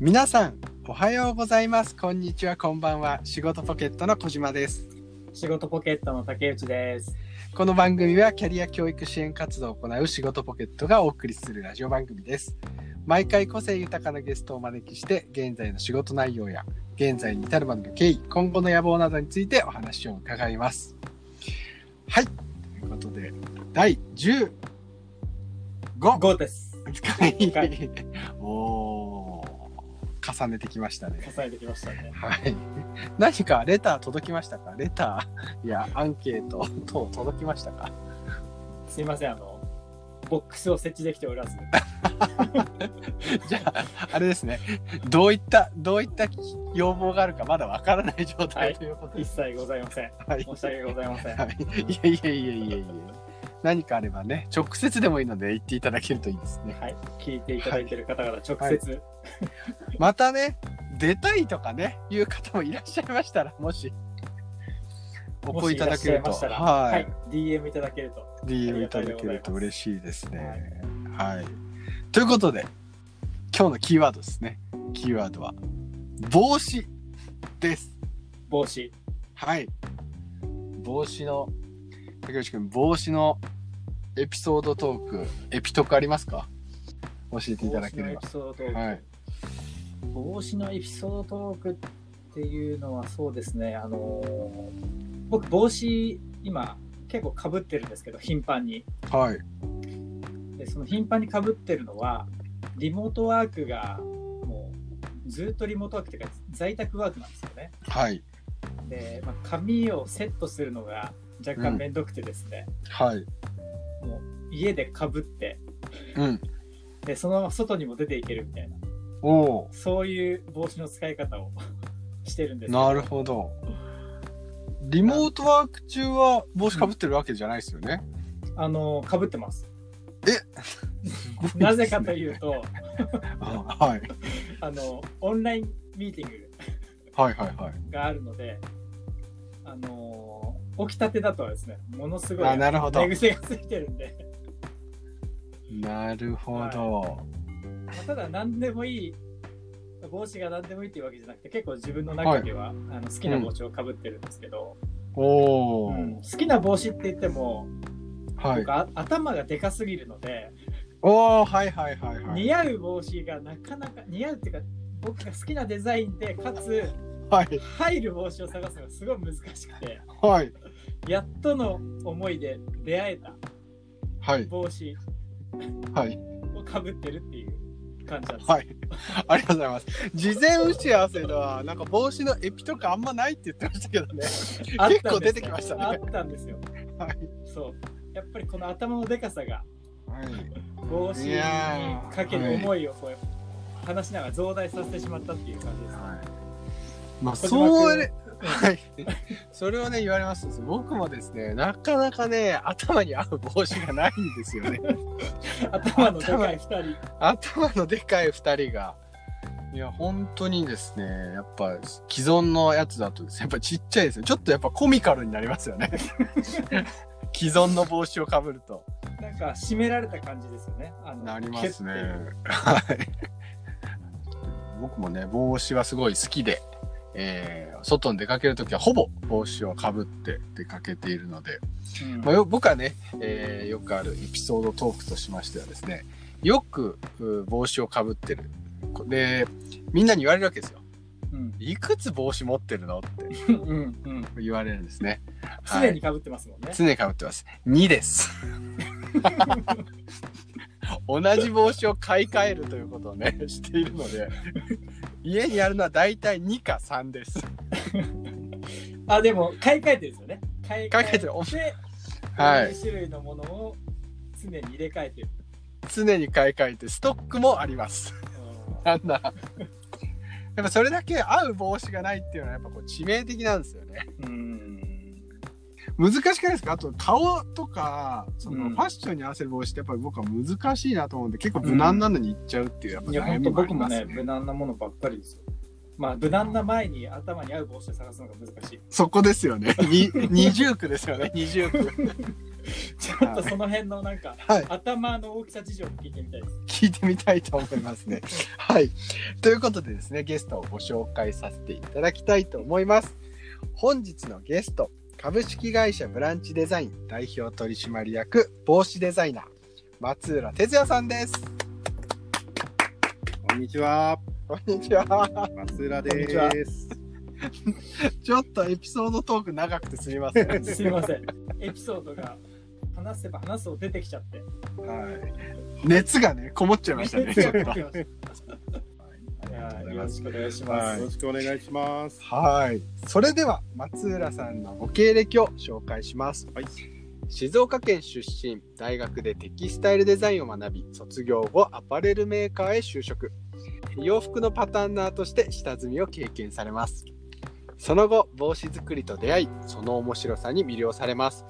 皆さんおはようございますこんにちはこんばんは仕事ポケットの小島です仕事ポケットの竹内です。この番組はキャリア教育支援活動を行う仕事ポケットがお送りするラジオ番組です毎回個性豊かなゲストをお招きして現在の仕事内容や現在に至るまでの経緯今後の野望などについてお話を伺いますはいということで第15 5です。回 おー重ねてきましたね支えてきましたね。はい。何かレター届きましたかレター、いや、アンケート等届きましたかすいません、あの、ボックスを設置できております。じゃあ、あれですね。どういった、どういった要望があるかまだわからない状は態いということで一す。切ございません。はい。申し訳ございません。はい。いやいやいやいやいや何かあればね、直接でもいいので言っていただけるといいですね。はい。聞いていただいている方々、直接、またね、出たいとかね、いう方もいらっしゃいましたら、もし、おも声しいいたらだっけしゃいると、ましたら、ははいい。。DM いただけると。 DM いただけると嬉しいですね。はい。ということで、今日のキーワードですね。キーワードは、帽子です。帽子。はい。帽子の、竹内くん、帽子のエピソードトーク、エピトークありますか教えていただけれ帽子のエピソードトークば。はい。帽子のエピソードトークっていうのはそうですねあのー僕帽子今結構かぶってるんですけど頻繁にはい。でその頻繁にかぶってるのはリモートワークがもうずっとリモートワークっていうか在宅ワークなんですよねはい。で、まあ髪をセットするのが若干面倒くてですね、はい。もう家でかぶってうん。でそのまま外にも出ていけるみたいなおお。そういう帽子の使い方を してるんですけどなるほど。リモートワーク中は帽子かぶってるわけじゃないですよね。あのかぶってますすごいですねなぜかとい うと、あはい。あのオンラインミーティングはいはいはい。があるので、あの起きたてだとですね、ものすごあいなるほど寝。癖がついてるんで、なるほど。まあただ何でもいい、帽子が何でもいいっていうわけじゃなくて、結構自分の中では、あの好きな帽子をかぶってるんですけど、おお、うん好きな帽子って言っても、はい僕。あ頭がでかすぎるので、おおはいはいはいはい。似合う帽子がなかなか似合うっていうか、僕が好きなデザインで、かつはい入る帽子を探すのがすごい難しくて。はいやっとの思いで出会えたはい帽子はいをかぶってるっていう感じなんです。はい。ありがとうございます。事前打ち合わせではなんか帽子のエピとかあんまないって言ってましたけどね。あったんで結す構出てきましたねあったんですよ。はいそう。やっぱりこの頭のでかさがはい。帽子いにやーかける思いをこう、話しながら増大させてしまったっていう感じです。まあ小島そう君ね。はい。それをね言われます。僕もですねなかなかね頭に合う帽子がないんですよね。頭のでかい二人。頭のでかい2人がいや本当にですねやっぱ既存のやつだとですねやっぱちっちゃいですよちょっとやっぱコミカルになりますよね既存の帽子をかぶるとなんか締められた感じですよね。あのなりますねキュッていうはい僕もね帽子はすごい好きで、えー外に出かける時はほぼ帽子をかぶって出かけているのでうんまあ、よ僕はね、えーよくあるエピソードトークとしましてはですねよくう帽子をかぶってるこでみんなに言われるわけですようんいくつ帽子持ってるのってうんうん。言われるんですね常はいにかぶってますもんね。常にかぶってます2です 同じ帽子を買い替えるということをねしているので家にあるのは大体2か3ですあ、でも買い替えてるんですよね。買い買い替えてるではい同じ種類のものを常に入れ替えてる。常に買い替えてストックもありますなんだ。 やっぱそれだけ合う帽子がないっていうのはやっぱこう致命的なんですよね。うん。難しくないですかあと顔とかそのうんファッションに合わせる帽子ってやっぱり僕は難しいなと思うんで結構無難なのにいっちゃうっていうやっぱいや、悩本み当もあり僕もますね、ね。無難なものばっかりですよ。まあ、無難な前に頭に合う帽子を探すのが難しい。そこですよね。に二重苦ですよね二重苦。ちょっとその辺のなんか、はい頭の大きさ事情を聞いてみたいです。聞いてみたいと思いますね。 はい。ということでですね、ゲストをご紹介させていただきたいと思います。本日のゲスト、株式会社ブランチデザイン代表取締役帽子デザイナー、松浦哲也さんです。こんにちは。こんにちは。松浦です。 ちょっとエピソードトーク長くてすみません。すいません。エピソードが話せば話すほど出てきちゃって。はい。熱がね、こもっちゃいましたね。ちょっといやよろしくお願いしまはす。よろしくお願いします。はい。それでは、松浦さんのご経歴を紹介します。はい。静岡県出身大学でテキスタイルデザインを学び卒業後アパレルメーカーへ就職洋服のパタンナーとして下積みを経験されますその後帽子作りと出会いその面白さに魅了されます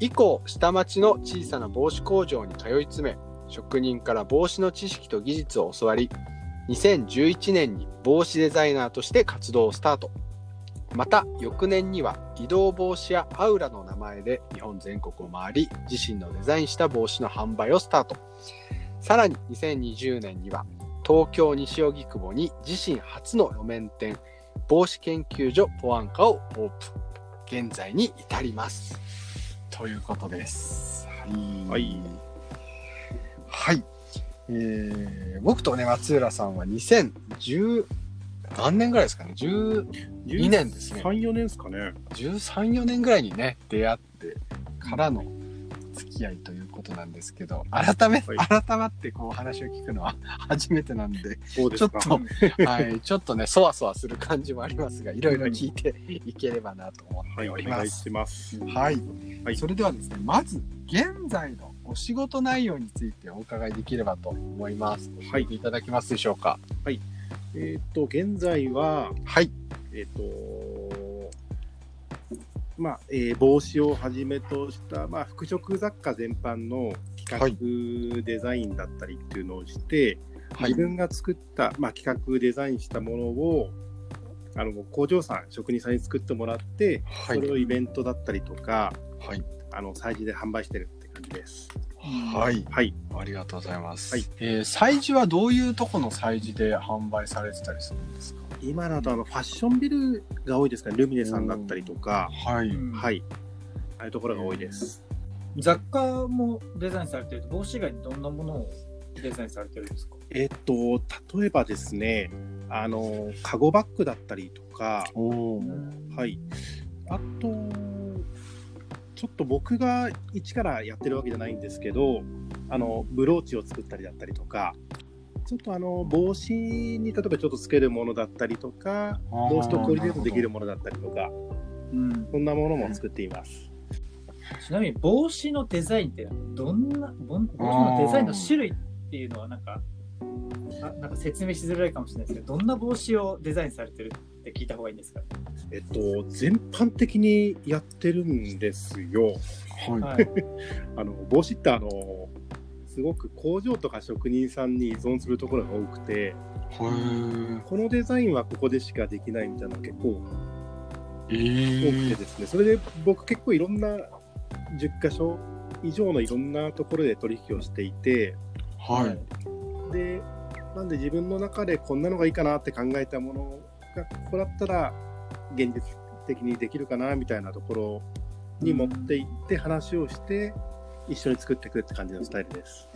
以降下町の小さな帽子工場に通い詰め職人から帽子の知識と技術を教わり2011年に帽子デザイナーとして活動をスタートまた翌年には移動帽子やアウラの名前で日本全国を回り自身のデザインした帽子の販売をスタートさらに2020年には東京西荻窪に自身初の路面店帽子研究所ポアンカをオープン現在に至りますということですはいはいはいえー僕とね松浦さんは2010何年ぐらいですかね10 2年ですね3、4年ですかね。 134年ぐらいにね出会ってからの付き合いということなんですけど改め、はい改まってこう話を聞くのは初めてなんでそうでちょっすか。と、はい、ちょっとねそわそわする感じもありますがいろいろ聞いていければなと思っはてい、おおり願まいす。します。はい、はいそれではですねまず現在のお仕事内容についてお伺いできればと思います。は聞いいていただけますでしょうか。えーっと、現在は、はい、えーっと、まあ、えー帽子をはじめとした、まあ、服飾雑貨全般の企画デザインだったりっていうのをして、はい自、分が作った、まあ、企画デザインしたものをあの工場さん職人さんに作ってもらって、はそれい、をイベントだったりとかはい、あの催事で販売してるって感じです。はい。はい、ありがとうございます。はいえー催事はどういうとこの催事で販売されてたりするんですか。今だとあのファッションビルが多いですかね、ルミネさんだったりとか、はい。うんはい、ああいうところが多いです。雑貨もデザインされてると帽子以外にどんなものをデザインされてるんですかえっと、例えばですね、あのカゴバッグだったりとか、おおは。い、あと、ちょっと僕が一からやってるわけじゃないんですけど、あのブローチを作ったりだったりとか、ちょっとあの帽子に例えばちょっとつけるものだったりとか、帽子とコーディネートできるものだったりとか、うんそんなものも作っています。ちなみに帽子のデザインってどんなぼん帽子のデザインの種類っていうのはなんかあなんか説明しづらいかもしれないですけどどんな帽子をデザインされてるって聞いた方がいいんですか、えっと、全般的にやってるんですよ。はい。はい、あの帽子ってあのすごく工場とか職人さんに依存するところが多くてこのデザインはここでしかできないみたいなのが結構え多くてー、ですねそれで僕結構いろんな10箇所以上のいろんなところで取引をしていてはい。でなんで自分の中でこんなのがいいかなって考えたものがここだったら現実的にできるかなみたいなところに持っていって話をして一緒に作っていくって感じのスタイルです。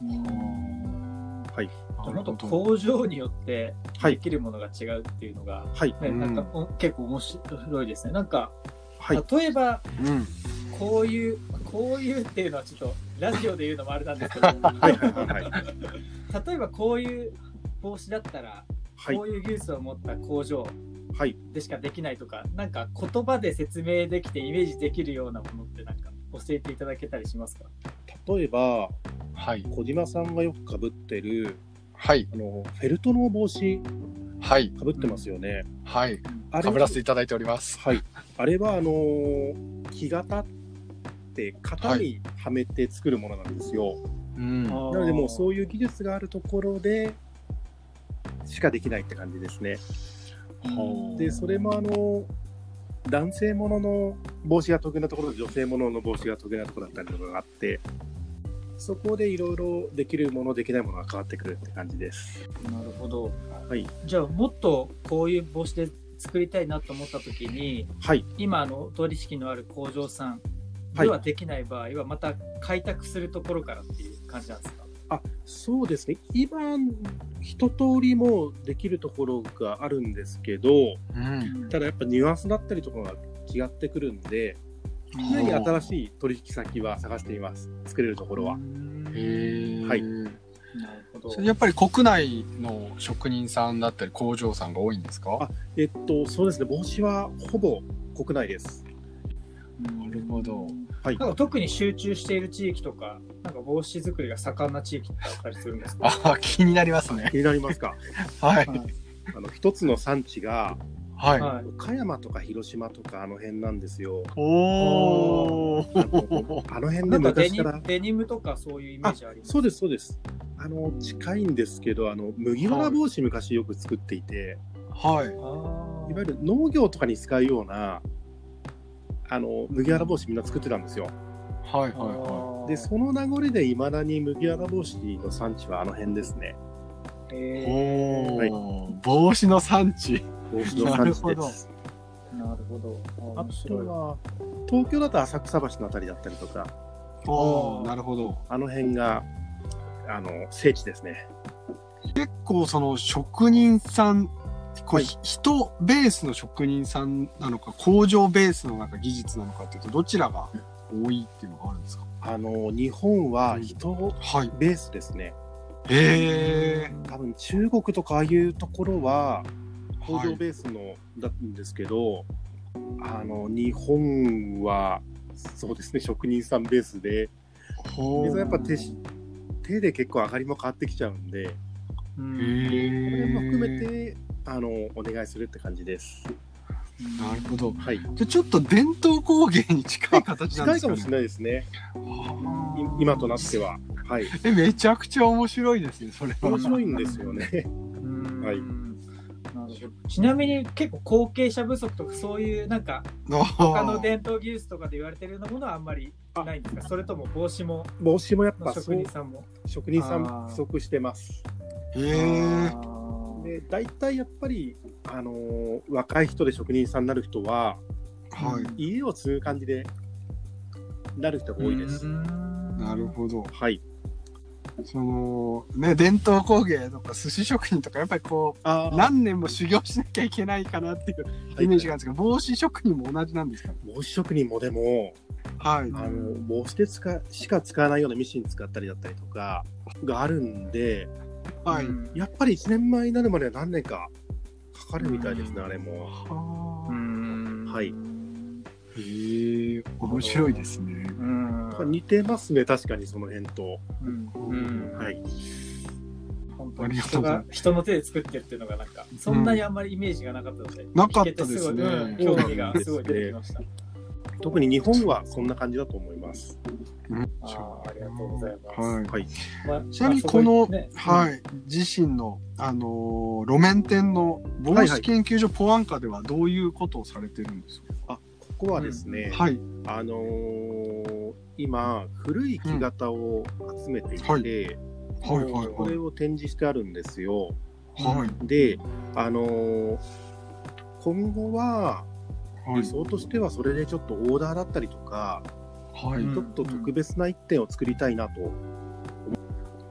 はい、なもるっとほど。工場によってはでいきるものが違うっていうのが、はいねうんなんかお結構面白いですねなんか、はい例えばうん。こういうこういうっていうのはちょっとラジオで言うのもあれなんですけど はいはいはいはい。例えばこういう帽子だったらはいこういう技術を持った工場はい。でしかできないとか、なんか言葉で説明できてイメージできるようなものってなんか教えていただけたりしますか例えば、はい。小島さんがよくかぶってる、はい。あの、フェルトの帽子はい。かぶってますよね。はい。あれかはぶらせていただいております。はい。あれは、あのー木型って型にはめて作るものなんですよ。うんあーなので、もうそういう技術があるところで、しかできないって感じですね。ほうで、それもあの、男性ものの帽子が得意なところで女性ものの帽子が得意なところだったりとかがあってそこでいろいろできるものできないものが変わってくるって感じですなるほど。はいじゃあ、もっとこういう帽子で作りたいなと思ったときに、はい今あの取引のある工場さんはでいはできない場合は、また開拓するところからっていう感じなんですか、あそうですね今一通りもうできるところがあるんですけどうん。ただやっぱニュアンスだったりとかが違ってくるんで常に新しい取引先は探しています作れるところはへえ。はいなるほど。それやっぱり国内の職人さんだったり工場さんが多いんですかあえっとそうですね帽子はほぼ国内ですなるほどはいなんか特に集中している地域とか、なんか帽子作りが盛んな地域ってあったりするんですかあ、気になりますね。気になります かはい。はいあの一つの産地がはい。はい岡山とか広島とかあの辺なんですよおーあのあの辺なでんかデ昔ニからデニムとかそういうイメージありますそうですそうですあの近いんですけどあの麦わら帽子昔よく作っていて、はい。あい、わゆーる農業とかに使うようなあの麦わら帽子みんな作ってたんですよはいはいあはーでその名残でいまだに麦わら帽子の産地はあの辺ですねい。えおはいお。帽子の産地。帽子の産地なるほでどすーなるほど。あ面と白い。は東京だと浅草橋のあたりだったりとかおおお。ーなるほど。あの辺があの聖地ですね結構その職人さんこれ、は人ベースの職人さんなのか工場ベースのなんか技術なのかっていうとどちらが多いっていうのがあるんですかあの日本は人はいベースですねへえ多分中国とかああいうところは工場ベースのだんですけど、あの日本はそうですね職人さんベースでほ水うはやっぱ手し手で結構上がりも変わってきちゃうんでうんこれへも含めててあのお願いするって感じです。なるほどはい、じゃあちょっと伝統工芸に近い形なんで近いすかかもねしれないですねはい今となっては。はい、あえめちゃくちゃ面白いですねそれは面白いんですよね。うんはいなるほどちなみに結構後継者不足とかそういうなんか他の伝統技術とかで言われてるようなものはあんまりないんですかそれとも帽子も帽 子もやっのぱ職そう人さんも職人さんあー不足してます。へえあーで大体やっぱり、あのー若い人で職人さんになる人ははい家を継ぐ感じでなる人が多いです。うんなるほどはい、そのね伝統工芸とか寿司職人とかやっぱりこうあー何年も修行しなきゃいけないかなっていうはいイメージがあるんですけど、帽子職人も同じなんですか帽子職人もでもはい。あの帽子で使しか使わないようなミシン使ったりだったりとかがあるんではい。うんやっぱり1年前になるまでは何年かかかるみたいですね、あれも。うんはいへえ、面白いですね。うん似てますね、確かにその辺と。うんうんはい、本当に人が人の手で作ってるっていうのがなんかそんなにあんまりイメージがなかったので、なかったですね聞けてすごいうん興味がすごい出てきました。特に日本はそんな感じだと思います。あーありがとうございます。はい。はい、まあちなみにまあそこのねはい。自身の、あのー路面店の帽はいは子い研究所ポアンカではどういうことをされてるんですかあここはですね、はい。あのー今、古い木型を集めていて、うんはいはいこはれを展示してあるんですよ。い。はい。で、あのー今後はは、理い。想としてはそれでちょっとオーダーだったりとか、はい。うんちょっと特別な一点を作りたいなと。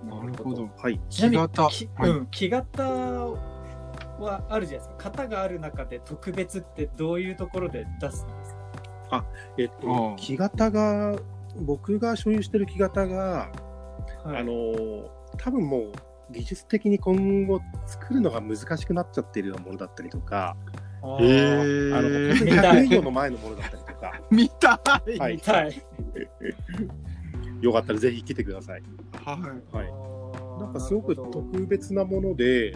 なるほど。はい、ちなみに木型きはいうん、木型はあるじゃないですか。型がある中で特別ってどういうところで出すんですか。えっああと、木型が、僕が所有してる木型が、はいあのー多分もう技術的に今後作るのが難しくなっちゃってるようなものだったりとか、あへーえあのー。見た100い年以上の前のものだったりとか、見たい。はい見たい。よかったらぜひ来てください。ははい、あーなんかすごくなるほど特別なもので、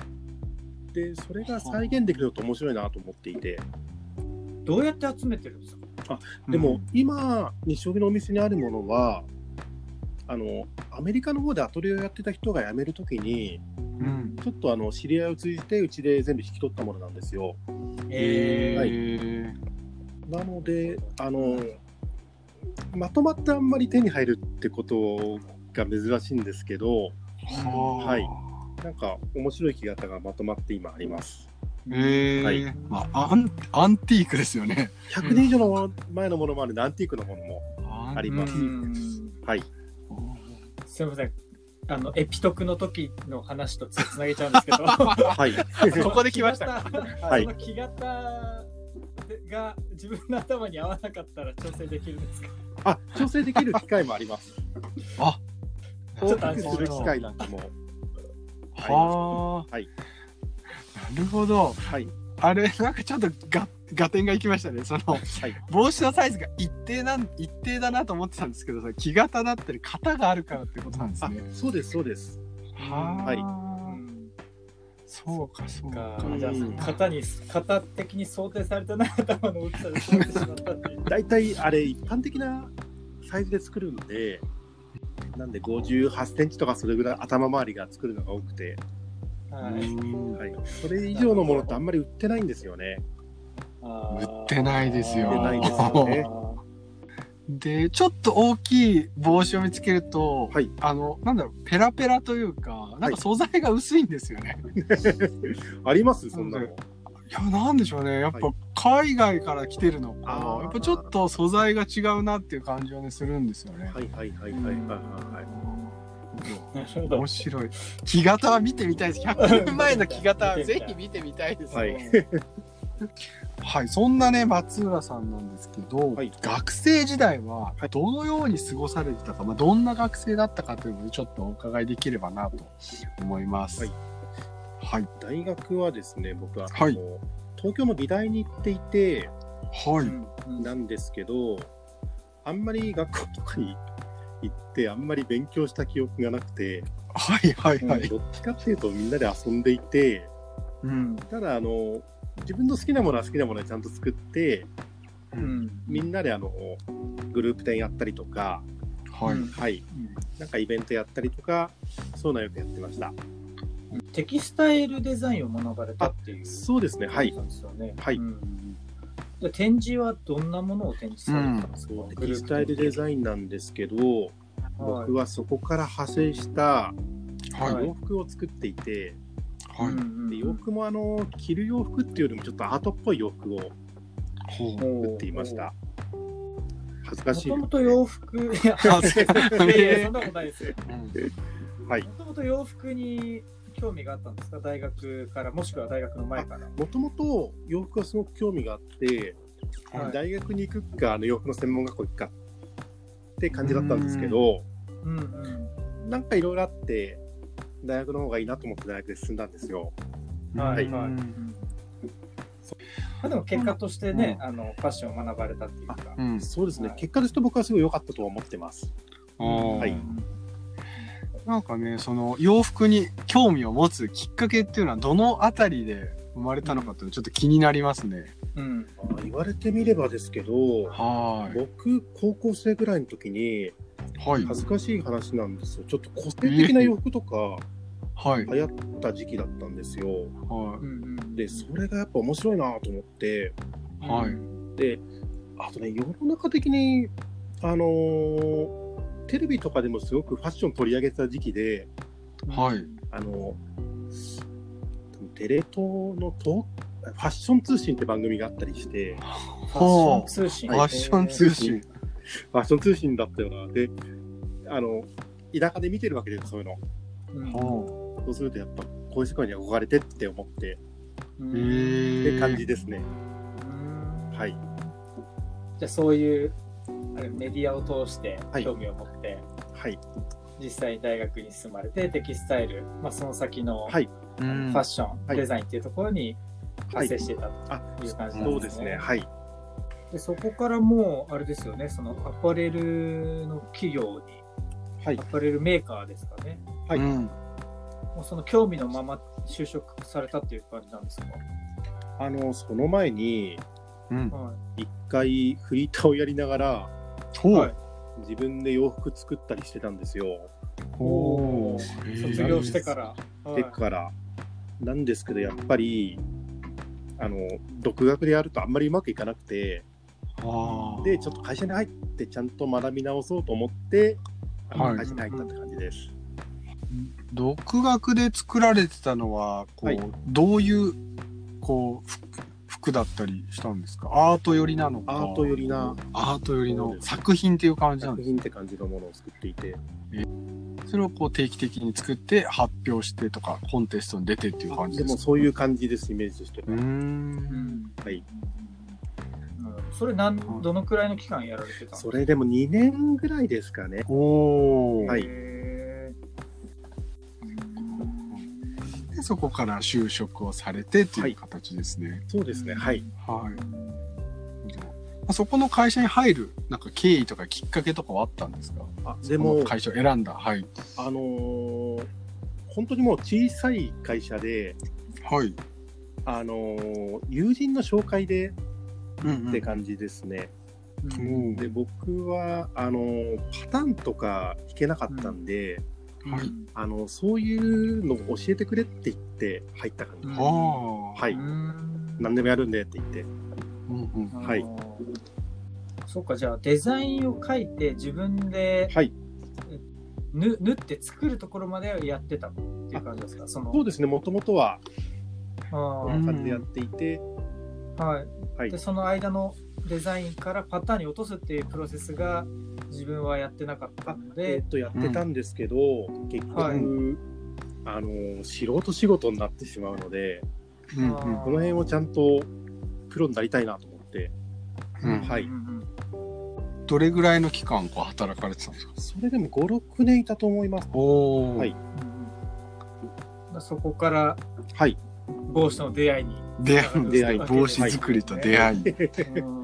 でそれが再現できると面白いなと思っていて、どうやって集めてるんですか。い。でも、今、西荻のお店にあるものは、あのアメリカの方でアトリエをやってた人が辞めるときに、うん。ちょっとあの知り合いを通じて、うちで全部引き取ったものなんですよ。へはいえ。なのであのまとまってあんまり手に入るってことが珍しいんですけどはいなんか面白い木型がまとまって今ありますええはまあアン、アンティークですよね。 100年以上のもの前のものもあるんでアンティークのものもあありうますんはいすみません。あの、エピトクの時の話とつつなげちゃうんですけど。はいここで来ましたか。はいその木型が自分の頭に合わなかったら調整できるんですかあ調整できる機械もありますあ大きくする機械なんかもはあ、はいなるほど。はいあれ、なんかちょっとが、合点がいきましたね。その、はい帽子のサイズが一定なん、一定だなと思ってたんですけど、それ木型だったり、型があるからってことなんですあね。そうですそうですはあ、はいそうか、そうか。かじゃうんあ型に型的に想定されてない頭の大きさで揃えてしまったっていう。大体あれ一般的なサイズで作るんでなんで58センチとかそれぐらい頭周りが作るのが多くて、はい。うんはい、それ以上のものってあんまり売ってないんですよね売ってないですよ売ってないですよね。でちょっと大きい帽子を見つけると、はいあのなんだろうペラペラというかなんか素材が薄いんですよね、ありますそんなのいや、なんでしょうね。やっぱ海外から来てるのかな、あーやっぱちょっと素材が違うなっていう感じはね、するんですよね。はいはいはいはいはいはいなるほど面白い。木型は見てみたい です。100年前の木型はぜひ見てみたいです、はいはい、そんなね、松浦さんなんですけど、はい学生時代ははいどのように過ごされてたか、まあ、どんな学生だったかというのをちょっとお伺いできればなと思います。はいはい。大学はですね僕はあの、はい東京の美大に行っていてはうい。んなんですけどあんまり学校とかに行ってあんまり勉強した記憶がなくて、はい、はい、はどっちかっていうとみんなで遊んでいてうんただあの自分の好きなものは好きなものはちゃんと作ってうい。んみんなであのグループ展やったりとか、はうんい。はい、なんかイベントやったりとかそういうのはよくやってましたテキスタイルデザインを学ばれたっていう。そうですねはいそうですよね。はいうんで展示はどんなものを展示されてたんですか、テキスタイルデザインなんですけど僕はそこから派生したはい。はい洋服を作っていて、はい。で洋服もあの着る洋服っていうよりもちょっとアートっぽい洋服を ほう。作っていました恥ずかもしいともと洋服、いや、あそういやいやそんなことないですよ。はいもともと洋服に興味があったんですか大学から、もしくは大学の前から。もともと洋服はすごく興味があって、はい大学に行くかあの洋服の専門学校行くかって感じだったんですけどうんうん。なんかいろいろあって大学の方がいいなと思って大学で進んだんですよはいうんはいまあ、でも結果としてね、あのファッションを学ばれたっていうか。うん。そうですね、はい結果ですと僕はすごい良かったとは思ってますははいい。なんかね、その洋服に興味を持つきっかけっていうのはどのあたりで生まれたのかっていうのちょっと気になりますね。うん。言われてみればですけどは僕高校生ぐらいの時にい。はい。恥ずかしい話なんですよちょっと個性的な洋服とかはい。流行った時期だったんですよはうんうんでそれがやっぱ面白いなと思ってはいであとね世の中的にあのーテレビとかでもすごくファッション取り上げてた時期ではいあのーテレ東のとファッション通信って番組があったりしてファッション通い。信。ファッション通信。ファッション通信だったよなであの田舎で見てるわけですよそういうのうんほそうするとやっぱこういう世界に憧れてって思ってうんう。えって感じですね、うんはいじゃあそういうあれメディアを通してはい興味を持って、はい実際に大学に進まれてテキスタイル、まあ、その先のはいフファッション、はいデザインっていうところには発い生していたあという感じなんそうでですすねね。はいでそこからもうあれですよねそのアパレルの企業にはいアパレルメーカーですかねはいうん。もうその興味のまま就職されたっていう感じなんですか、あのその前にうん。は一回フリーターをやりながらほはうい。自分で洋服作ったりしてたんですよ。ほう。い、卒業してから。はいでからなんですけどやっぱりあの独学でやるとあんまりうまくいかなくてあでちょっと会社に入ってちゃんと学び直そうと思って、あのはい会社に入ったって感じです。独学で作られてたのはこう、はいどういうこう服服だったりしたんですかアート寄りなのかアート寄りなアート寄りそうのです作品っていう感じなん作で品って感じのものを作っていて、すそれをこう定期的に作って発表してとかコンテストに出てっていう感じでですもかそういう感じですイメージとしてはうーうんんはい。なるほどそれなんどのくらいの期間やられてたそれでも2年ぐらいですかね。おお、はいへーうんでそこから就職をされてっていう形ですねそうですね。はい。はい、あそこの会社に入るなんか経緯とかきっかけとかはあったんですかあでこもの、会社を選んだはいあのー本当にもう小さい会社で、はい、あのー友人の紹介でうんうんって感じですね。うんで、僕は、あのーパターンとか弾けなかったんで、はいあのそういうのを教えてくれって言って入った感じ、うんああ、はいうん何でもやるんでって言ってうんうん、はいあのー。そっか、じゃあデザインを書いて自分ではい縫縫って作るところまでやってたっていう感じですかそのそうですねもともとはあこーんな感じでやっていて、はいはいで、その間のデザインからパターンに落とすっていうプロセスが自分はやってなかったのえでー、っとやってたんですけど、結局、はいあの素人仕事になってしまうのでうんうんあーこの辺をちゃんとプロになりたいなと思ってうんはいうんうんうんどれぐらいの期間こう働かれてたんですかそれでも56年いたと思いますおお、はいうんうんそこからはい帽子との出 会いに出会い出会い帽子作りと出い会い、うん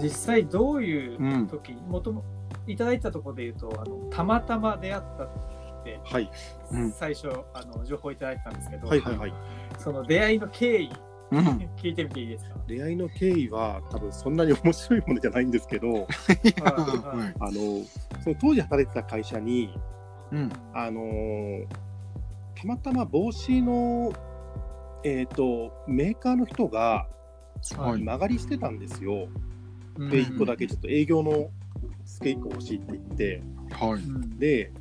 実際どういううん時もともいただいたところで言うとあのたまたま出会ったってはいうん最初、あの情報いただいてたんですけど、はいはいはいその出会いの経緯うん、聞いてみていいですか出会いの経緯は多分そんなに面白いものじゃないんですけ どはいはいあのその当時働いてた会社にうん、あのーたまたま帽子の、えー、とメーカーの人がはい間借りしてたんですよ。うんで、1個だけちょっと営業の付け1個欲しいって言って、はういんで、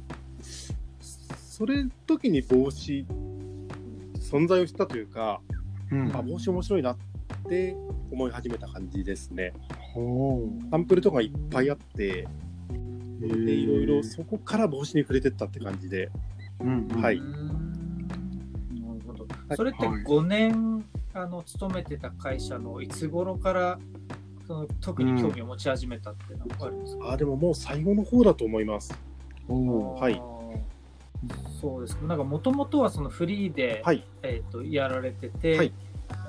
それ時に帽子、存在を知ったというか、うんあ、帽子面白いなって思い始めた感じですね。おサンプルとかいっぱいあって、でで、いろいろそこから帽子に触れてったって感じで、うんうんはいうーんなるほどいそれってはい5年、あの勤めてた会社のいつ頃からその特に興味を持ち始めたってなんかあるんですか、あ、でももう最後の方だと思います。おおはいあーそうですかなんかもともとはそのフリーで、はい、えー、とやられてて、はい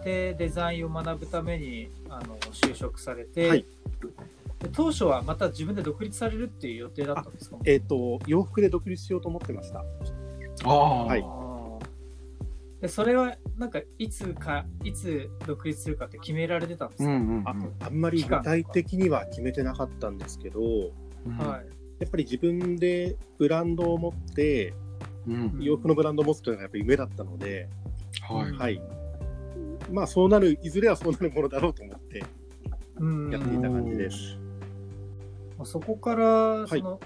でデザインを学ぶためにあの就職されて、はいで当初はまた自分で独立されるっていう予定だったんですかえっ、と、洋服で独立しようと思ってました。ああ、はいあーでそれはなんかいつかいつ独立するかって決められてたんですうんか、うんああんまり具体的には決めてなかったんですけど、うんはい、やっぱり自分でブランドを持って、うん洋服のブランドを持つというのがやっぱ夢だったので、はいはい。まあ、そうなる、いずれはそうなるものだろうと思ってうんやっていた感じです。まあそこからその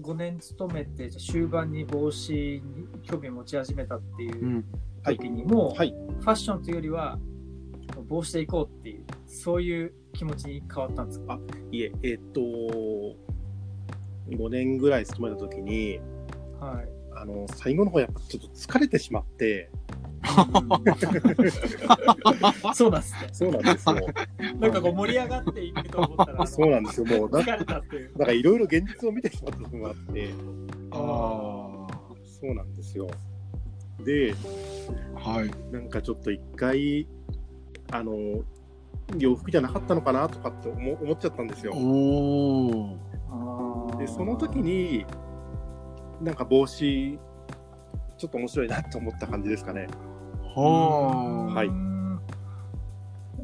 5年勤めて、じゃあ終盤に帽子に興味を持ち始めたっていううん時にも、はい。ファッションというよりは帽子で行こうっていうそういう気持ちに変わったんですかいえ、えっ、と、5年ぐらい勤めた時に、はいあの、最後の方やっぱちょっと疲れてしまって、 そうなんですねそうなんですよ。なんかこう盛り上がっていくと思ったらあの そうなんですよ。もう、なんか、疲れたっていうなんかいろいろ現実を見てしまった部分があって、ああそうなんですよ。で、はいなんかちょっと一回、あの、洋服じゃなかったのかなとかって思思っちゃったんですよお。おで、その時に、なんか帽子、ちょっと面白いなって思った感じですかね。ははい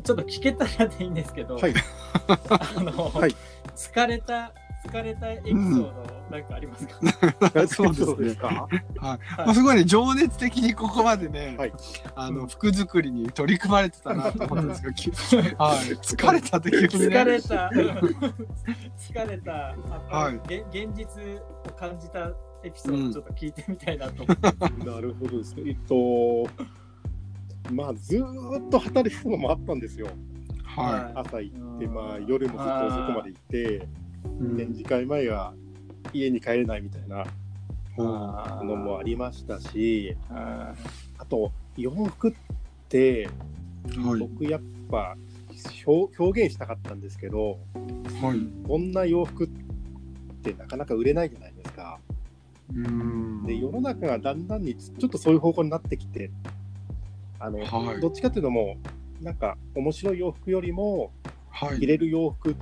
ちょっと聞けたらでいいんですけど、はいあの、はい疲れた疲れたエピソードをなんかあります か そうですねそうですか。はいもうすごいね情熱的にここまでね、はいあうのん服作りに取り組まれてたなと思ったんですけどき、はい、疲れた時にね疲れ た、疲れた、あはのいげ現実を感じたエピソードちょっと聞いてみたいなと思って、なるほどですね。えっと、まあ、ずーっと働くのもあったんですよ。は朝行って、うんまあ、夜もずっと遅くまで行って、い、う展ん示会前は家に帰れないみたいなのもありましたし、ああと、洋服って、はい僕やっぱ表表現したかったんですけど、はいこんな洋服ってなかなか売れないじゃないですか。うんで世の中がだんだんにちちょっとそういう方向になってきてあの、はいどっちかっていうともうなんか面白い洋服よりもはい着れる洋服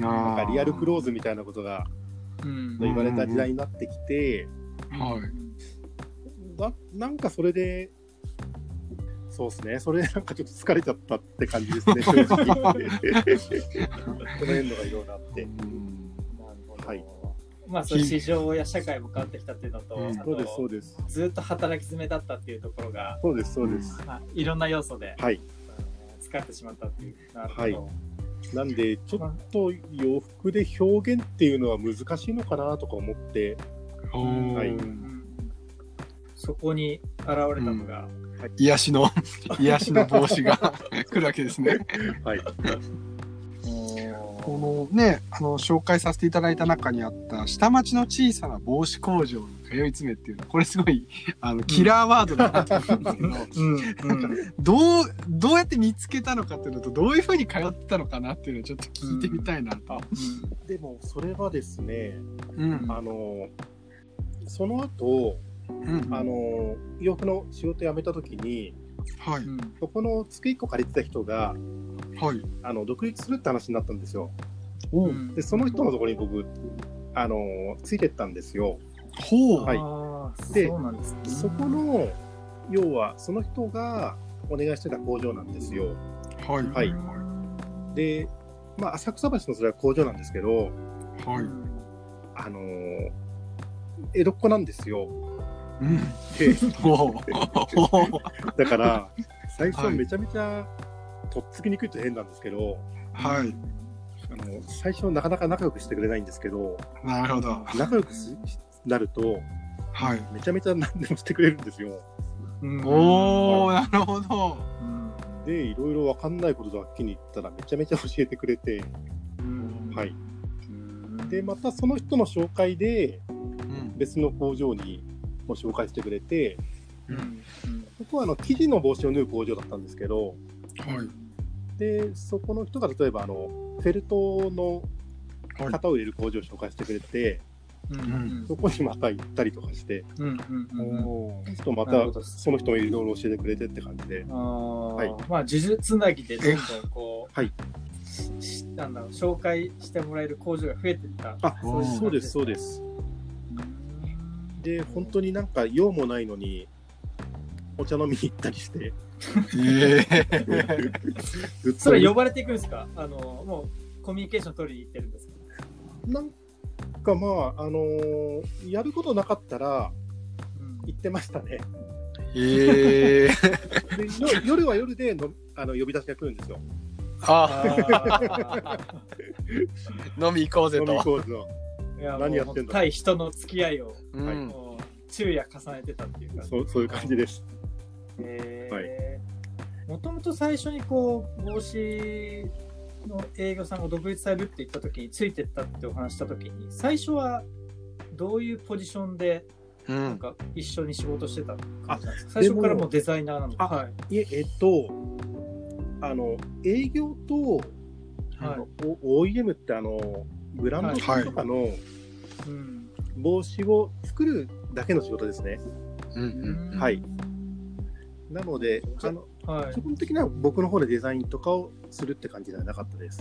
なんかリアルクローズズみたいなことがーうんう言われた時代になってきて、はいななんかそれでそうですねそれでなんかちょっと疲れちゃったって感じですね 正直この辺のがいろいろあっなて。るほどはいまあ、そう市場や社会も変わってきたっていうのと、うんあそうですそとうですずっと働き詰めだったっていうところが、そうですそうです、まあ、いろんな要素ではい疲れてしまったっていう。なるほどはいなんでちょっと洋服で表現っていうのは難しいのかなとか思ってうんはいうんそこに現れたのが、癒しの癒しの帽子が 来るわけですね。はいこのねあの紹介させていただいた中にあった下町の小さな帽子工場に通い詰めっていうのはこれすごいあのキラーワードだなと思うんですけど、うんどうどうやって見つけたのかっていうのとどういうふうに通ってたのかなっていうのをちょっと聞いてみたいなと。でもそれはですね、うんあのその後うんあの洋服の仕事辞めた時にはういんそこの月1個借りてた人がはい。あの独立するって話になったんですよおううんでその人のところに僕あのついてったんですよほうはいあーでそうなんですねそこの要はその人がお願いしてた工場なんですよはいはいでまあ浅草橋のそれは工場なんですけどはい。あの江戸っ子なんですようん。でほう。だから最初はいめちゃめちゃとっつきにくいと変なんですけど、はい。あの最初なかなか仲良くしてくれないんですけどなるほど。仲良くしなるとはい。めちゃめちゃ何でもしてくれるんですよ。うんおお、なるほど。うんでいろいろ分かんないことだけに言ったらめちゃめちゃ教えてくれて、うんはい、うんでまたその人の紹介でうん。別の工場にも紹介してくれてうんここはあの生地の帽子を縫う工場だったんですけどはい。でそこの人が例えばあのフェルトのはい。 型を入れる工場を紹介してくれて。うんそこにまた行ったりとかして、うんうんうんうんおちょっとまなるたほどその人もいろいろ教えてくれてって感じで、あーはいまあ呪術つなぎでどんどんこう、はいし、しなんだろう紹介してもらえる工場が増えていった。あそういうそうです、そうです。で、本当になんか用もないのに、お茶飲みに行ったりして、ええ。ずっとそれは呼ばれていくんですかあのもうコミュニケーション取りに行ってるんですかなんかまあ、あのーやることなかったら行ってましたね。ええ。でよ夜は夜でのあの呼び出しが来るんですよ。あ、あ飲み行こうぜ飲み行と。こうぞーいや何やってんだもう対人の付き合いを、うはいん。もう昼夜重ねてたっていうか。そうそういう感じです。えーもともと最初にこう帽子の営業さんが独立されるって言った時についてったってお話した時に最初はどういうポジションでうなんん。か一緒に仕事してた感じなんですか最初からもうデザイナーなのあはいいえ、えっと、あの営業と、はいお OEM ってあのブランド品とかのうん帽子を作るだけの仕事ですね。うんうん。はいなので、じゃあのはい基本的には僕の方でデザインとかをするって感じではなかったです。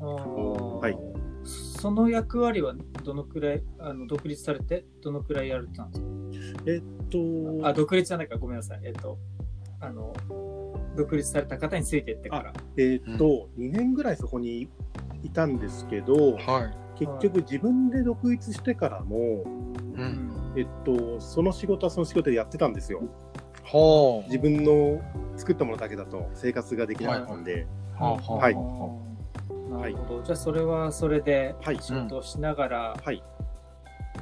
あーはいその役割はどのくらいあの独立されてどのくらいやるってたんですかとあ独立じゃないかごめんなさいえっとあの独立された方についてってからえっと、2年ぐらいそこにいたんですけど、はい。結局自分で独立してからも、う。うんんえっと、その仕事はその仕事でやってたんですよ。ほう。自分の作ったものだけだと生活ができなかったんで、はあはあはいなるほど。じゃあそれはそれではい、仕事をしながらはい、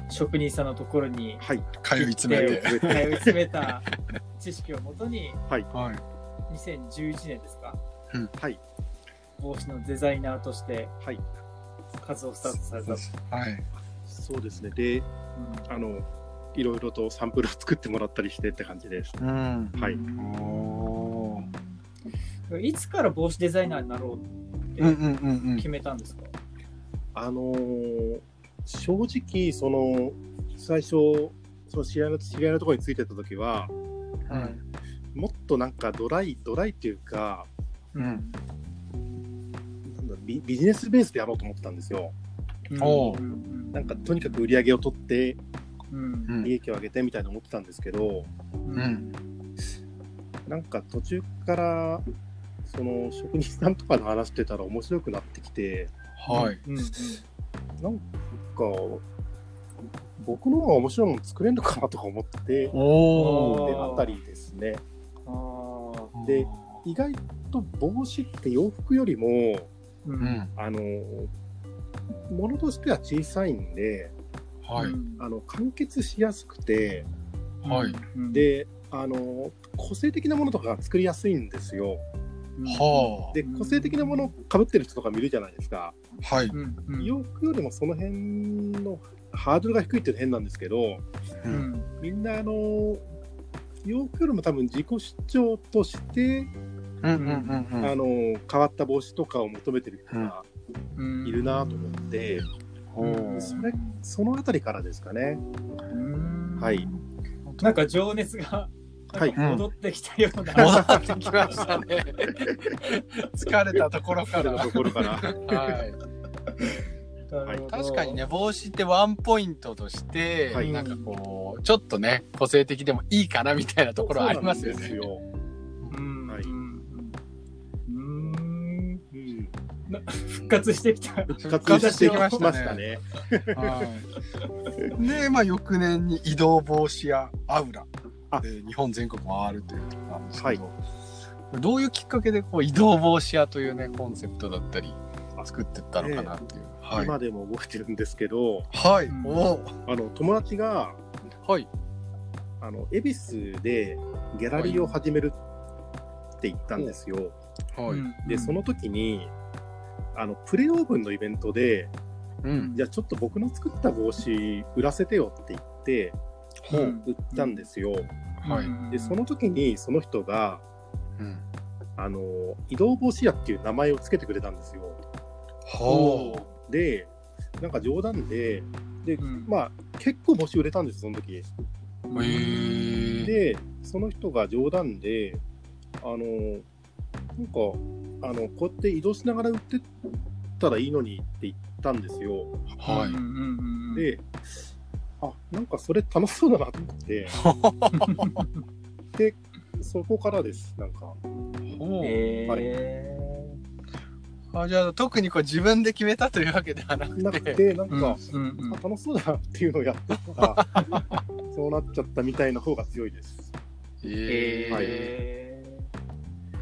職人さんのところにはい、通い詰め。行ってて通い詰め た知識をもとにはい。 2011年ですかはい、帽子のデザイナーとしてはい、活動スタートされた。うんはい。そうですね。で、あの、いろいろとサンプルを作ってもらったりしてって感じです。うん。はい。おーいつから帽子デザイナーになろううんうっんてうんうん決。めたんですか、あのー正直、その、最初、その知り合いの知り合いのところについてた時は、うんもっとなんかドライ、ドライっていうか、うんなんだビビジネスベースでやろうと思ってたんですよ。うんおううんなんかとにかく売り上げを取ってううんん利益を上げてみたいな思ってたんですけど、ううんんなんか途中からその職人さんとかの話してたら面白くなってきてはい。うんなんか僕の方が面白いもの作れるのかなとか思ってっておーなったりですねあお。で意外と帽子って洋服よりもーううんん。あのものとしては小さいんではい。あの完結しやすくてはい。うんであの個性的なものとかが作りやすいんですよ。うんはでうん個性的なものをかぶってる人とか見るじゃないですか、あ。はい。うんうん洋服よりもその辺のハードルが低いっていうのは変なんですけどう。うんんみんなあの洋服よりも多分自己主張として、うんうんうんうあん。の変わった帽子とかを求めてる人がうんいるなと思って、ほうそれその辺りからですかねうんはいなんか情熱がはいなんか戻ってきたような、戻ってきましたね。疲れたところか彼のら。とこ ろからはい。なるほど確かにね帽子ってワンポイントとして、はいなんかこうちょっとね個性的でもいいかなみたいなところはありますよそうねなんで。ようんはいうんうんうん復活してきた復復活活ししててききままししたたねねはい、でまあ翌年に移動防止やアウラあで日本全国回るというところなんですけど、どういうきっかけでこう移動防止やというねコンセプトだったり作ってったのかなっていう。はい、今でも覚えてるんですけどはい、うんおあの友達がはいあの恵比寿でギャラリーを始めるって言ったんですよ。はい、でその時にあのプレオーブンのイベントでうん、じゃあちょっと僕の作った帽子売らせてよって言ってほう、売ったんですよ。はい、でその時にその人がうん、あの移動帽子屋っていう名前を付けてくれたんですよ。ほでなんか冗談でで、うんまあ結構帽子売れたんですその時。う、へえ、でその人が冗談であのなんかあのこうやって移動しながら売ってったらいいのにって言ったんですよはい。いであなんかそれ楽しそうだなと思ってそこからですなんかほうえはいあじゃあ特にこう自分で決めたというわけではなくてなくてなんか、うんあ楽しそうだなっていうのをやってたら そうなっちゃったみたいな方が強いですえはいえー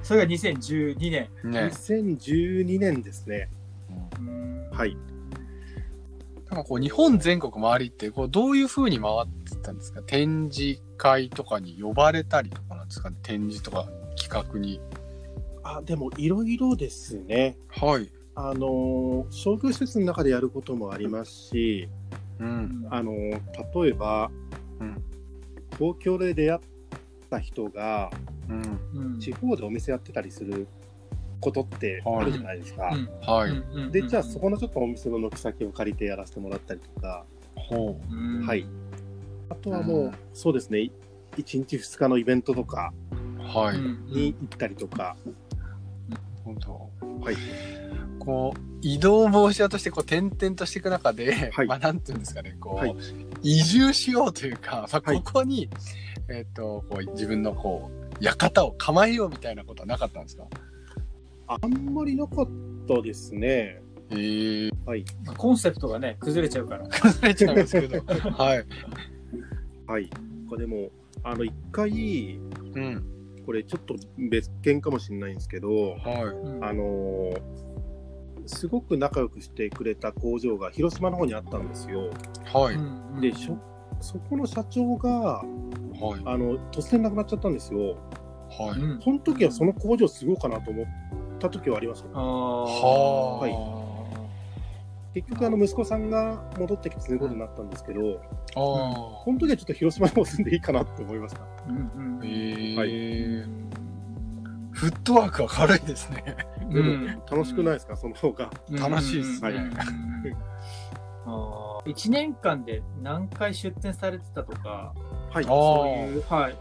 それが2012年ーね2012年ですねうんはいなんかこう日本全国回りってこうどういう風に回ってたんですか展示会とかに呼ばれたりとかなんですかね展示とか企画にあでもいろいろですねはいあの商業施設の中でやることもありますし、うんあの例えば、うん東京で出会った人がうんうん地方でお店やってたりすることってあるじゃないですか。うんはい、うんうんでじゃあそこのちょっとお店の軒先を借りてやらせてもらったりとか、ほうんはい、あとはもう、うんそうですね1日2日のイベントとかうはい、うんに行ったりとか、本当はいこう移動防止屋としてこう転々としていく中で、はいまあなんていうんですかねこう、はい移住しようというか、まあ、はいここに、えっ、とこう自分のこう館を構えようみたいなことはなかったんですかあんまりなかったですね。えええはい。まあコンセプトがね、崩れちゃうから。崩れちゃいますけど。はい。はい。これも、あの、一回、うん。これちょっと別件かもしれないんですけど、はうんあのーすごく仲良くしてくれた工場が広島の方にあったんですよ。い。はうい。んで、しょそこの社長が、はい。あの、突然亡くなっちゃったんですよ。はうい。んその時はその工場すごいかなと思った時はありました。ああ。はい結局、あの、息子さんが戻ってきてすることになったんですけど、ああこの時はちょっと広島の方住んでいいかなって思いました。うんうんえはえフットワークは軽いですね。でも楽しくないですか、その方が。うん楽しいっすねうん うんうんあー一年間で何回出店されてたとか、はい。そうあいう、はい。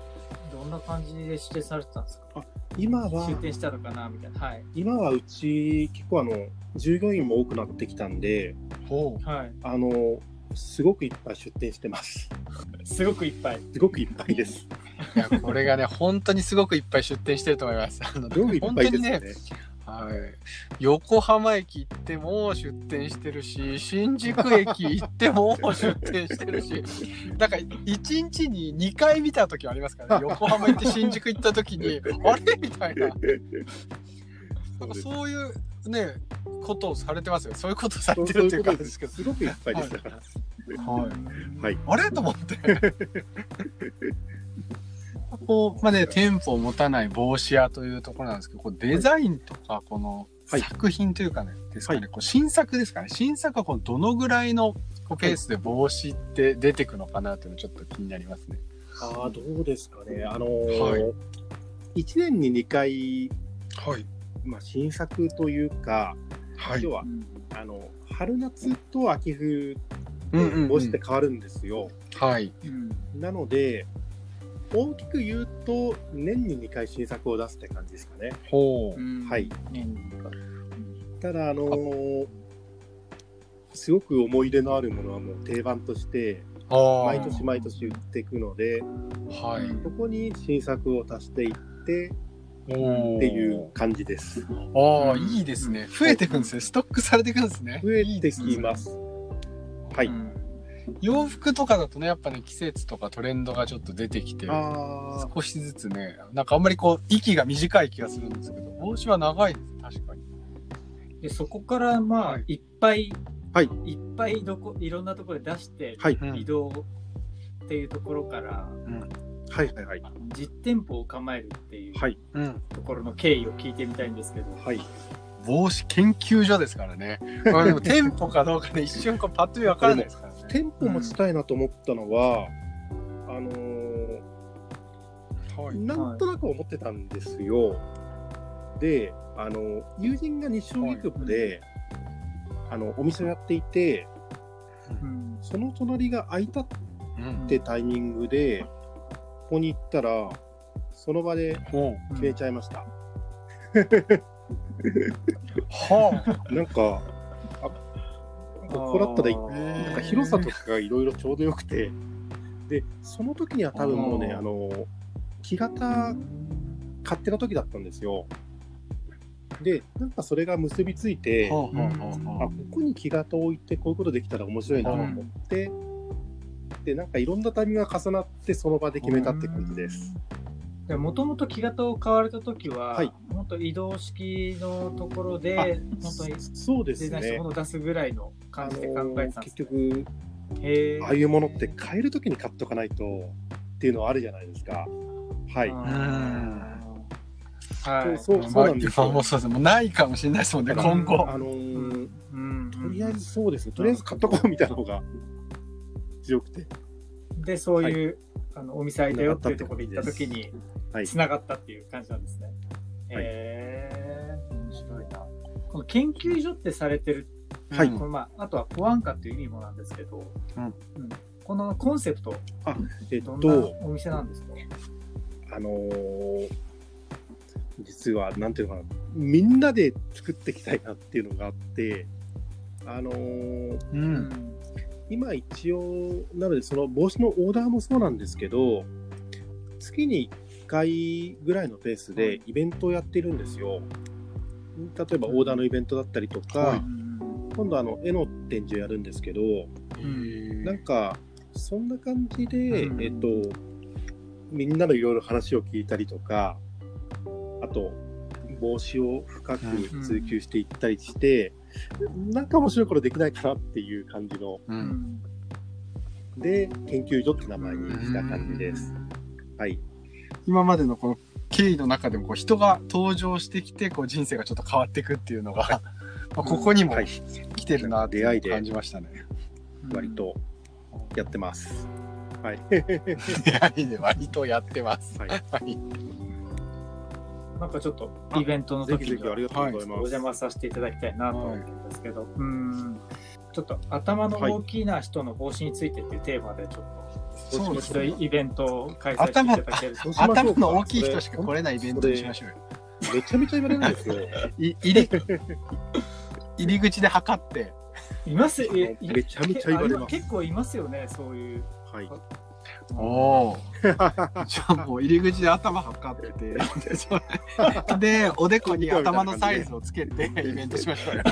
どんな感じで出店されてたんですか今は出、店したのかなみたいな。はい。今はうち結構あの、従業員も多くなってきたんで、あ。ほはい。あの、すごくいっぱい出店してます。すごくいっぱい。すごくいっぱいです。う。いや、これがね、本当にすごくいっぱい出店してると思います。あの、量いっ本ぱ当いでにすよね、ね。はい、横浜駅行っても出店してるし新宿駅行っても出店してるしだから1日に2回見た時はありますからね横浜行って新宿行った時 にあれみたいななんかそういうねことをされてますよそういうことをされてるっていう感じですけどすごくいっぱいですだから。はいはいあれと思ってこうまあね店舗を持たない帽子屋というところなんですけどこうデザインとかこのはい作品というかね、ですかね、はこう新作ですかね新作はこうどのぐらいのこうペースで帽子って出てくのかなというのちょっと気になりますね。ああ、どうですかね。あのはー、一1年に2回、はいまあ、新作というか、は要は、あの、春夏と秋冬うんうんうん帽子って変わるんですよ。はいうんなので、大きく言うと、年に2回新作を出すって感じですかね。ほう、うんはい。年にただ、あのーすごく思い入れのあるものはもう定番として、ああ毎年毎年売っていくので、はいうんそこに新作を足していっておーっていう感じです。ああ、うんいいですね増えていくんですねストックされていくんですね増えてきます。はい。うん洋服とかだとねやっぱね季節とかトレンドがちょっと出てきてあ少しずつねなんかあんまりこう息が短い気がするんですけど帽子は長いです確かにでそこからまあ、はいい、っぱい、はい、っぱいどこいろんなところで出してはい、う移動っていうところから、はい、はい、はい。実店舗を構えるっていうはい、うん、ところの経緯を聞いてみたいんですけど、はい。帽子研究所ですからねまあでも店舗かどうかね一瞬こうパッと見分からないですからね店舗持ちたいなと思ったのは、あのーはいなんとなく思ってたんですよ。で、あの、友人が西荻窪で、あの、お店をやっていて、うんその隣が空いたっうんてタイミングで、ここに行ったら、その場でほ決めちゃいました。うはあなんか、あなんかここだったらいい、ーなんか広さとかがいろいろちょうどよくて、で、その時には多分もうね、あーあの、木型勝手な時だったんですよ。で、なんかそれが結びついて、はあはああはここに木型を置いてこういうことできたら面白いなと思って、でなんかいろんなタイミングが重なってその場で決めたって感じです。。でもともと木型を買われた時は、はいもっと移動式のところであ本当にそうでデすザインしたねも。のを出すぐらいのあ感じで考のえてたんで結す、ね、局へーああいうものって買える時に買っとかないとっていうのはあるじゃないですか。はい。うんそはういそうそうなんですまあ今もよう。そうですねもうないかもしれないですもんね今後あのーうんとりあえずそうですね。とりあえず買っとこうみたいな方が強くて。でそういう、あのお店開いたよっていうところで行った時にはいつながったっていう感じなんですね。へ、はいえ面白いな。この研究所ってされてる、はいうんこのまあ、あとは保安課っていう意味もなんですけど、うんうんこのコンセプト、えっどんなとお店なんですか、あのー実はなんていうのかなみんなで作っていきたいなっていうのがあってあのーう、うん今一応なのでその帽子のオーダーもそうなんですけど月に1回ぐらいのペースはでいイベントをやってるんですよ例えばオーダーのイベントだったりとか、はいん今度あの絵の展示をやるんですけど、んなんかそんな感じで、うんえっとみんなのいろいろ話を聞いたりとかあと帽子を深く追求していったりして、なんか面白いことできないかなっていう感じのううんんで研究所って名前にした感じです。はい、今までのこの経緯の中でもこう人が登場してきてこう人生がちょっと変わっていくっていうのが、 まあここにもはい、来てるなっていう出の会いをで感じましたね。割とやってます。はい、出会いで割とやってます。はい、はい、なんかちょっとイベントのぜひ時ぜにひありがとうございおます。邪魔させていただきたいなと思うんですけど、うんちょっと頭の大きな人の帽子についてっていうテーマでちょっと、そうもうで一す度ね。イベントを開催していただけるとそうしましょうか頭の大きい人しか来れないイベントにしましょうよ。めちゃめちゃ言われるんですよ。い 入り入り口で測って、いますえいめちゃめちゃ言われますあ結構いますよねそういうはい。おお。 じゃあもう入り口で頭測ってて、そ れでおでこに頭のサイズをつけてイベントしましょう よ。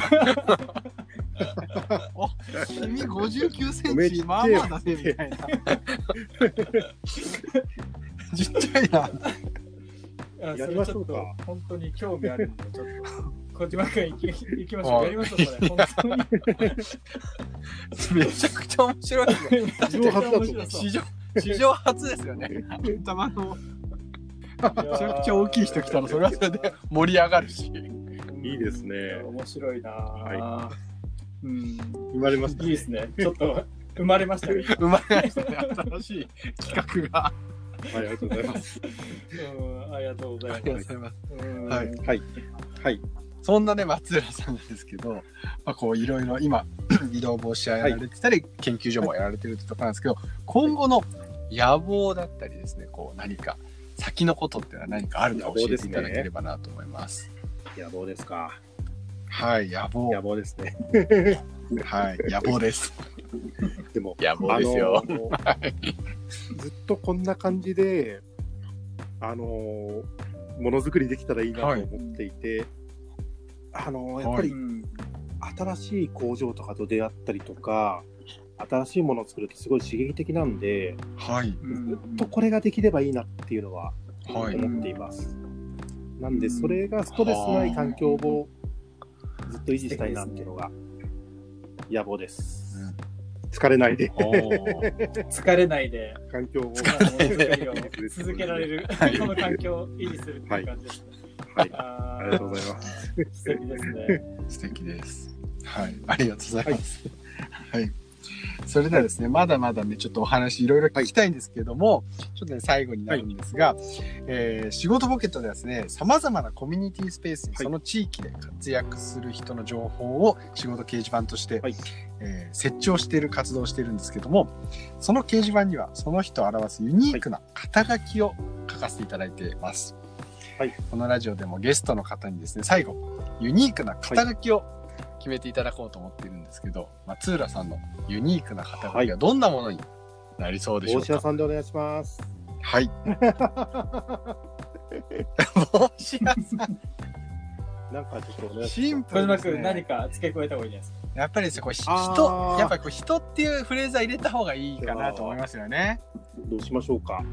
お君59センチまあまあだねみたいな。ちっちゃいな。あやりましょうかそれちょっと本当に興味あるんでちょっと小島君行き行きましょあうやりましょうそれ本当にめちゃくちゃ面白いね。史上初だと思う面白そ う史上史上初ですよね。頭のめちゃくちゃ大きい人来たらそれはそれで盛り上がるし。いいですね。面白いな、はうん言われましたいいですねちょっと生まれましたね生まれないですね新しい企画が。はい、ありがとうございます。うんありがとうございありがとうまごすざいます。うんはいはい。はい。そんなね松浦さんなんですけど、まあ、こういろいろ今 移動防止はやられてたり、研究所もやられてるってとこなんですけど今後の野望だったりですねこう何か先のことっていうのは何かあるか教えていただければなと思います。野望ですか。はい野望野望ですね。はい野望です。でも、 野望あですよ。のずっとこんな感じで、あの、ものづくりできたらいいなとはい思っていて、あの、やっぱりうん新しい工場とかと出会ったりとか、新しいものを作るってすごい刺激的なんで、はいうんずっとこれができればいいなっていうのははい思っています。なんで、それがストレスない環境をずっと維持したいなっていうのが野望です。疲れないで、おー疲れないで環境を。あの作りを続けられる、はいこの環境を維持するっていう感じですね。はい。あありがとうございます。す。素敵ですね。素敵です。はい、ありがとうございます。はい。それではですね、まだまだね、ちょっとお話いろいろ聞きたいんですけども、ちょっとね、最後になるんですが、えー仕事ポケットではですね、様々なコミュニティスペースにはいその地域で活躍する人の情報を仕事掲示板として、はいえー設置をしている活動をしているんですけども、その掲示板にはその人を表すユニークな肩書きを書かせていただいています。はいこのラジオでもゲストの方にですね、最後、ユニークな肩書きを決めていただこうと思っているんですけど、松浦さんのユニークな肩書きはどんなものになりそうでしょ帽う子か、屋さんでお願いします。はい 帽子屋さんなんかちょっとお願いしシンプ小ルで島す君、ね何か付け加えた方がいいんじゃないですか。やっぱりですねこうひあー人やっぱりこう人っていうフレーズは入れた方がいいかなと思いますよねます。どうしましょうか。はい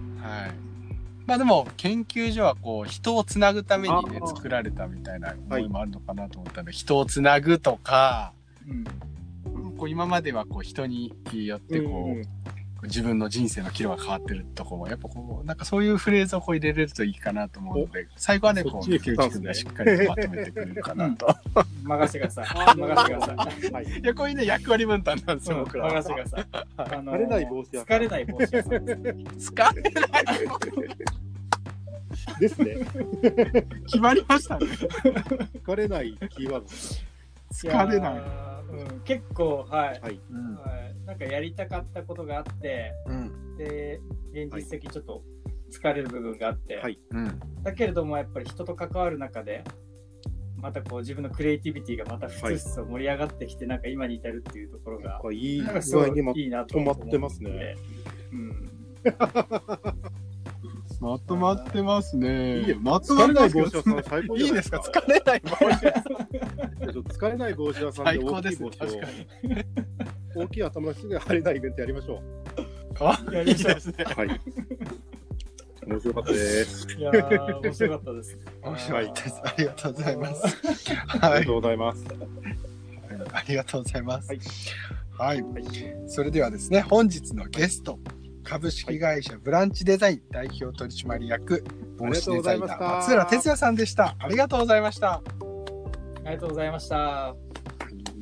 まあでも研究所はこう人をつなぐためにねあー作られたみたいな思いもあるのかなと思ったので、人をつなぐとかうんこう今まではこう人によってこう、うん自分の人生の岐路が変わってるとこもやっぱこうなんかそういうフレーズをこう入れれるといいかなと思うので最後はねそこっうちに竹行った内君んですねがしっかりとまとめてくれるかなと。任せてください。あー任せてください。はい。いや こういうね役割分担なんですようん僕らは。任せてください。あの疲れない帽子屋さん疲れない帽子屋さんです。疲れですね。 決まりましたね。疲れないキーワードです。疲れない。やー。うん結構、はい。はい。うんはいなんかやりたかったことがあって、うんで、現実的にちょっと疲れる部分があって、はいうんだけれどもやっぱり人と関わる中でまたこう自分のクリエイティビティがまたふつふつと盛り上がってきて、なんか今に至るっていうところなんがかいいなんかす具ご合いにまいいなと止思まってってますね。うん、まとまってますね。いいよまと疲まられなないい帽帽子子屋さん最高じゃないいいですか疲れない帽子。ちょっと疲れない帽子屋さんで最大高きでいす帽ね子を確かに大きい頭すぐ貼れないイベントやりましょう。 あやいりいましょうですねはい。面白かったです。いやー、面白かったです。面白いですありがとうございますあはりがいとうございます。ありがとうございますはいはいはい。それではですね、本日のゲスト、株式会社ブランチデザイン代表取締役、帽子デザイナー、松浦哲也さんでした。ありがとうございました。はありがとうございました。い。は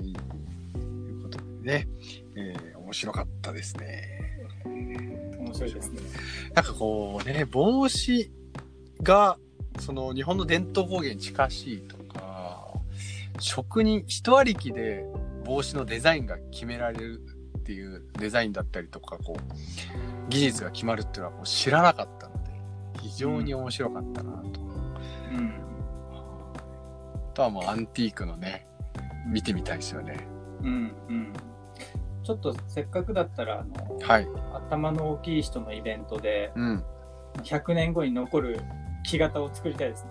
い。ということでね、えー面白かったですね。面白いですね。なんかこうね、帽子が、その日本の伝統工芸に近しいとか、職人一割りで帽子のデザインが決められるっていうデザインだったりとか、こう、技術が決まるっていうのはこう知らなかったので、非常に面白かったなと。うん。あとはもうアンティークのね、見てみたいですよね。うん。うん。ちょっとせっかくだったら、あの、はい。頭の大きい人のイベントで、うん。 100年後に残る木型を作りたいですね。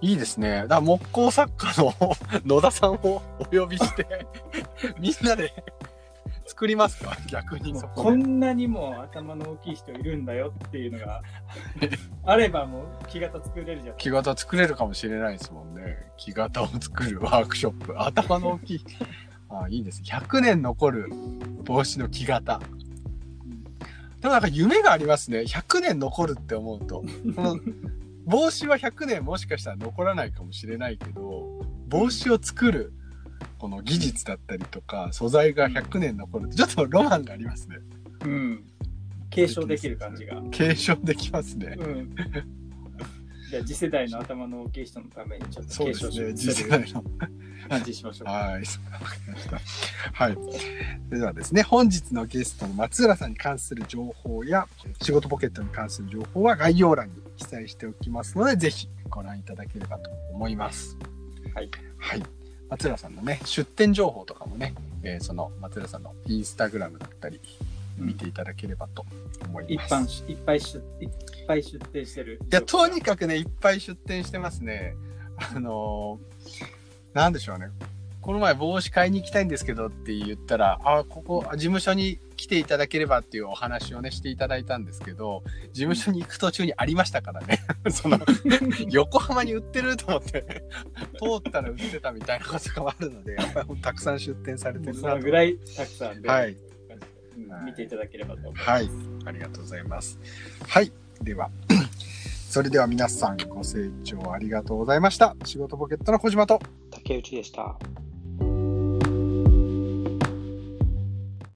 いいですね。だから木工作家の 野田さんを お呼びして、みんなで 作りますか逆にもうそここで。んなにも頭の大きい人いるんだよっていうの があればもう木型作れるじゃん。木型作れるかもしれないですもんね。木型を作るワークショップ。頭の大きい。あいいです。100年残る帽子の木型。でもなんか夢がありますね。100年残るって思うと。この帽子は100年もしかしたら残らないかもしれないけど、帽子を作るこの技術だったりとか、素材が100年残るって、ちょっとロマンがありますね。うん。継承できる感じが。継承できますね。うん。じゃあ次世代の頭の大きい人のためにちょっとそう継です承しね。よ次世代のう感じしましょう。はい、わかりました。はい。それではですね、本日のゲストの松浦さんに関する情報や、仕事ポケットに関する情報は概要欄に記載しておきますので、ぜひご覧いただければと思います。はい。はい。松浦さんのね、出店情報とかもね、えーその松浦さんのインスタグラムだったり、うん見ていただければと思い一ます。般いいっぱい出いっぱい出店してる。や、とにかくね、いっぱい出店してますね。あのーなんでしょうね。この前帽子買いに行きたいんですけどって言ったら、あ、ここ、あ事務所に来ていただければっていうお話をね、していただいたんですけど、事務所に行く途中にありましたからね。 その、横浜に売ってると思って、通ったら売ってたみたいなことがあるので、やっぱりたくさん出店されてもるうそなとのぐらいたくさんで、はいうん見ていただければと思います。はい、ありがとうございます。はい、では、 それでは皆さんご清聴ありがとうございました。仕事ポケットの小島と竹内でした。